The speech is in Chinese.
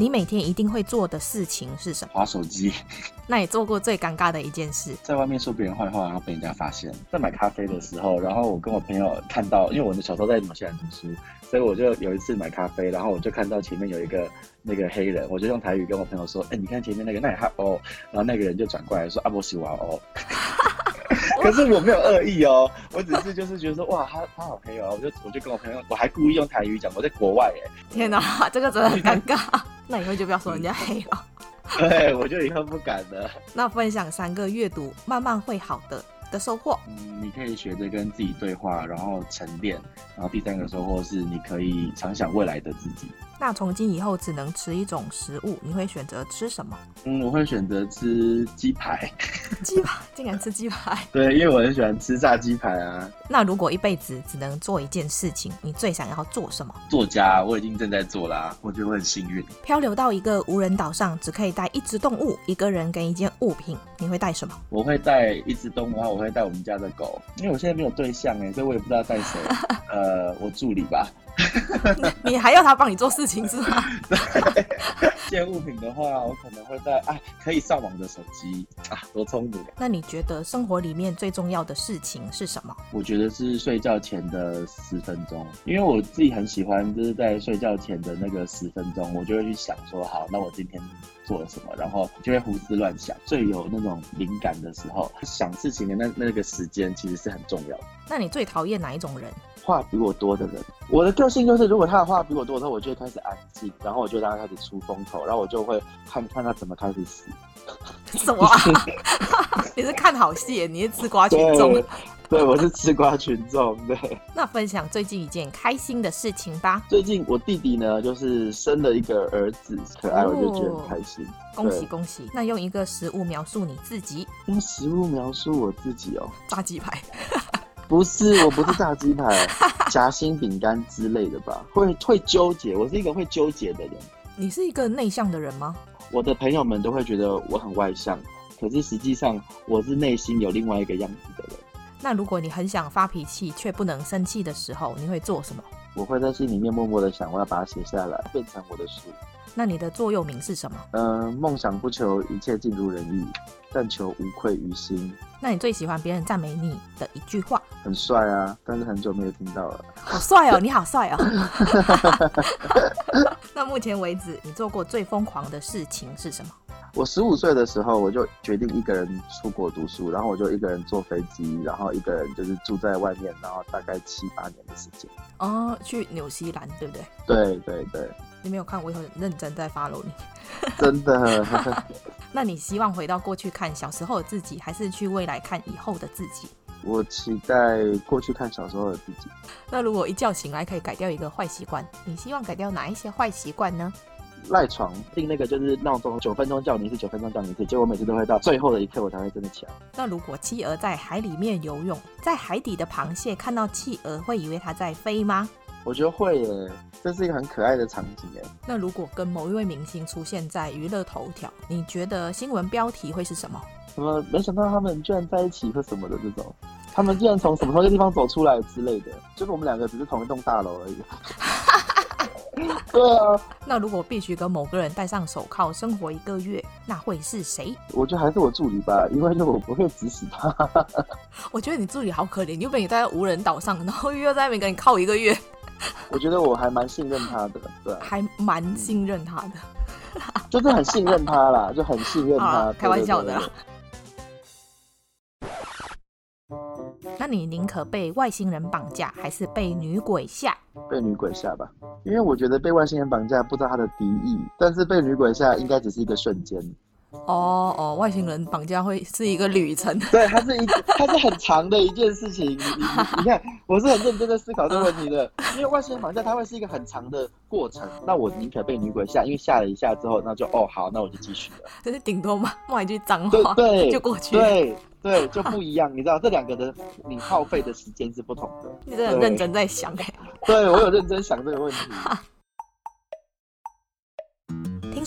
你每天一定会做的事情是什么？划手机， 那你做过最尴尬的一件事？在外面说别人坏话，然后被人家发现。在买咖啡的时候，然后我跟我朋友看到，因为我小时候在纽西兰读书，所以我就有一次买咖啡，然后我就看到前面有一个那个黑人，我就用台语跟我朋友说：“哎、你看前面那个那也哈哦。”然后那个人就转过来说：“阿波西娃哦。” 可是我没有恶意哦，我只是就是觉得说哇，他他好黑哦，我就我就跟我朋友，我还故意用台语讲，我在国外哎， 天哪，这个真的很尴尬。 那以后就不要说人 家黑了。哎对，我就以后不敢了。那分享三个阅读慢慢会好的的收获。嗯，你可以学着跟自己对话，然后沉淀，然后第三个收获是你可以常想未来的自己。那从今以后只能吃一种食物，你会选择吃什么？嗯，我会选择吃鸡排， 鸡排，竟然吃鸡排。对，因为我很喜欢吃炸鸡排啊。 那如果一辈子只能做一件事情，你最想要做什么？作家我已经正在做啦、我觉得我很幸运。漂流到一个无人岛上，只可以带一只动物、一个人跟一件物品，你会带什么？我会带一只动物，然后我会带我们家的狗，因为我现在没有对象哎，所以我也不知道带谁。呃，我助理吧。 你还要他帮你做事情是吗？借物品的话，我可能会带啊，可以上网的手机啊，多聪明啊！那你觉得生活里面最重要的事情是什么？我觉得是睡觉前的十分钟，因为我自己很喜欢，就是在睡觉前的那个十分钟，我就会去想说，好，那我今天做了什么，然后就会胡思乱想。最有那种灵感的时候，想事情的那那个时间其实是很重要的。那你最讨厌哪一种 人？话比我多的人，我的个性就是，如果他的话比我多的时候，我就会开始安静，然后我就让他开始出风头，然后我就会看看他怎么开始死。什么、啊？ 你是看好戏耶，你是吃瓜群众对。，对，我是吃瓜群众。对，那分享最近一件开心的事情吧，最近我弟弟呢，就是生了一个儿子，可爱，哦我就觉得很开心。恭喜对恭喜！那用一个食物描述你自己，用食物描述我自己哦，炸鸡排。 不是，我不是炸鸡排、哦夹心饼干之类的吧？会会纠结，我是一个会纠结的人。你是一个内向的人吗？我的朋友们都会觉得我很外向，可是实际上我是内心有另外一个样子的人。那如果你很想发脾气却不能生气的时候，你会做什么？我会在心里面默默的想，我要把它写下来，变成我的书。那你的座右铭是什么？嗯、梦想不求一切尽如人意，但求无愧于心。那你最喜欢别人赞美你的一句话？很帅啊，但是很久没有听到了。好帅哦，你好帅哦！ 那目前为止，你做过最疯狂的事情是什么？我十五岁的时候，我就决定一个人出国读书，然后我就一个人坐飞机，然后一个人就是住在外面，然后大概七八年的时间。哦，去纽西兰，对不对？对对对，你没有看，我也很认真在 follow 你。真的， 那你希望回到过去看小时候的自己，还是去未来看以后的自己？我期待过去看小时候的自己。那如果一觉醒来可以改掉一个坏习惯，你希望改掉哪一些坏习惯呢？赖床定那个就是闹钟，九分钟叫你一次，九分钟叫你一次，结果每次都会到最后的一刻我才会真的起来。那如果企鹅在海里面游泳，在海底的螃蟹看到企鹅，会以为它在飞吗？我觉得会耶，这是一个很可爱的场景耶。那如果跟某一位明星出现在娱乐头条，你觉得新闻标题会是什么？什么没想到他们居然在一起或什么的这种，他们居然从什么同一个地方走出来之类的，就是我们两个只是同一栋大楼而已。对啊，那如果必须跟某个人戴上手铐生活一个月，那会是谁？我觉得还是我助理吧， 因为我不会指使他。 我觉得你助理好可怜，又被你带到无人岛上，然后又要在那边跟你铐一个月，我觉得我还蛮信任他的，对啊， 还蛮信任他的。就是很信任他啦，就很信任好他啦。开玩笑的啦啦。那你宁可被外星人绑架，还是被女鬼吓？被女鬼吓吧，因为我觉得被外星人绑架不知道他的敌意，但是被女鬼吓应该只是一个瞬间。哦哦，外星人绑架会是一个旅程。 对，它是一，它是很长的一件事情。你你你看，我是很认真在思考这个问题的，因为外星人绑架它会是一个很长的过程。那我宁可被女鬼吓，因为吓了一下之后，那就哦好，那我就继续了。就是顶多骂骂一句脏 对话对就过去了。对对，就不一样，你知道这两个的你耗费的时间是不同的。你真的很认真在想哎、对我有认真想这个问题。听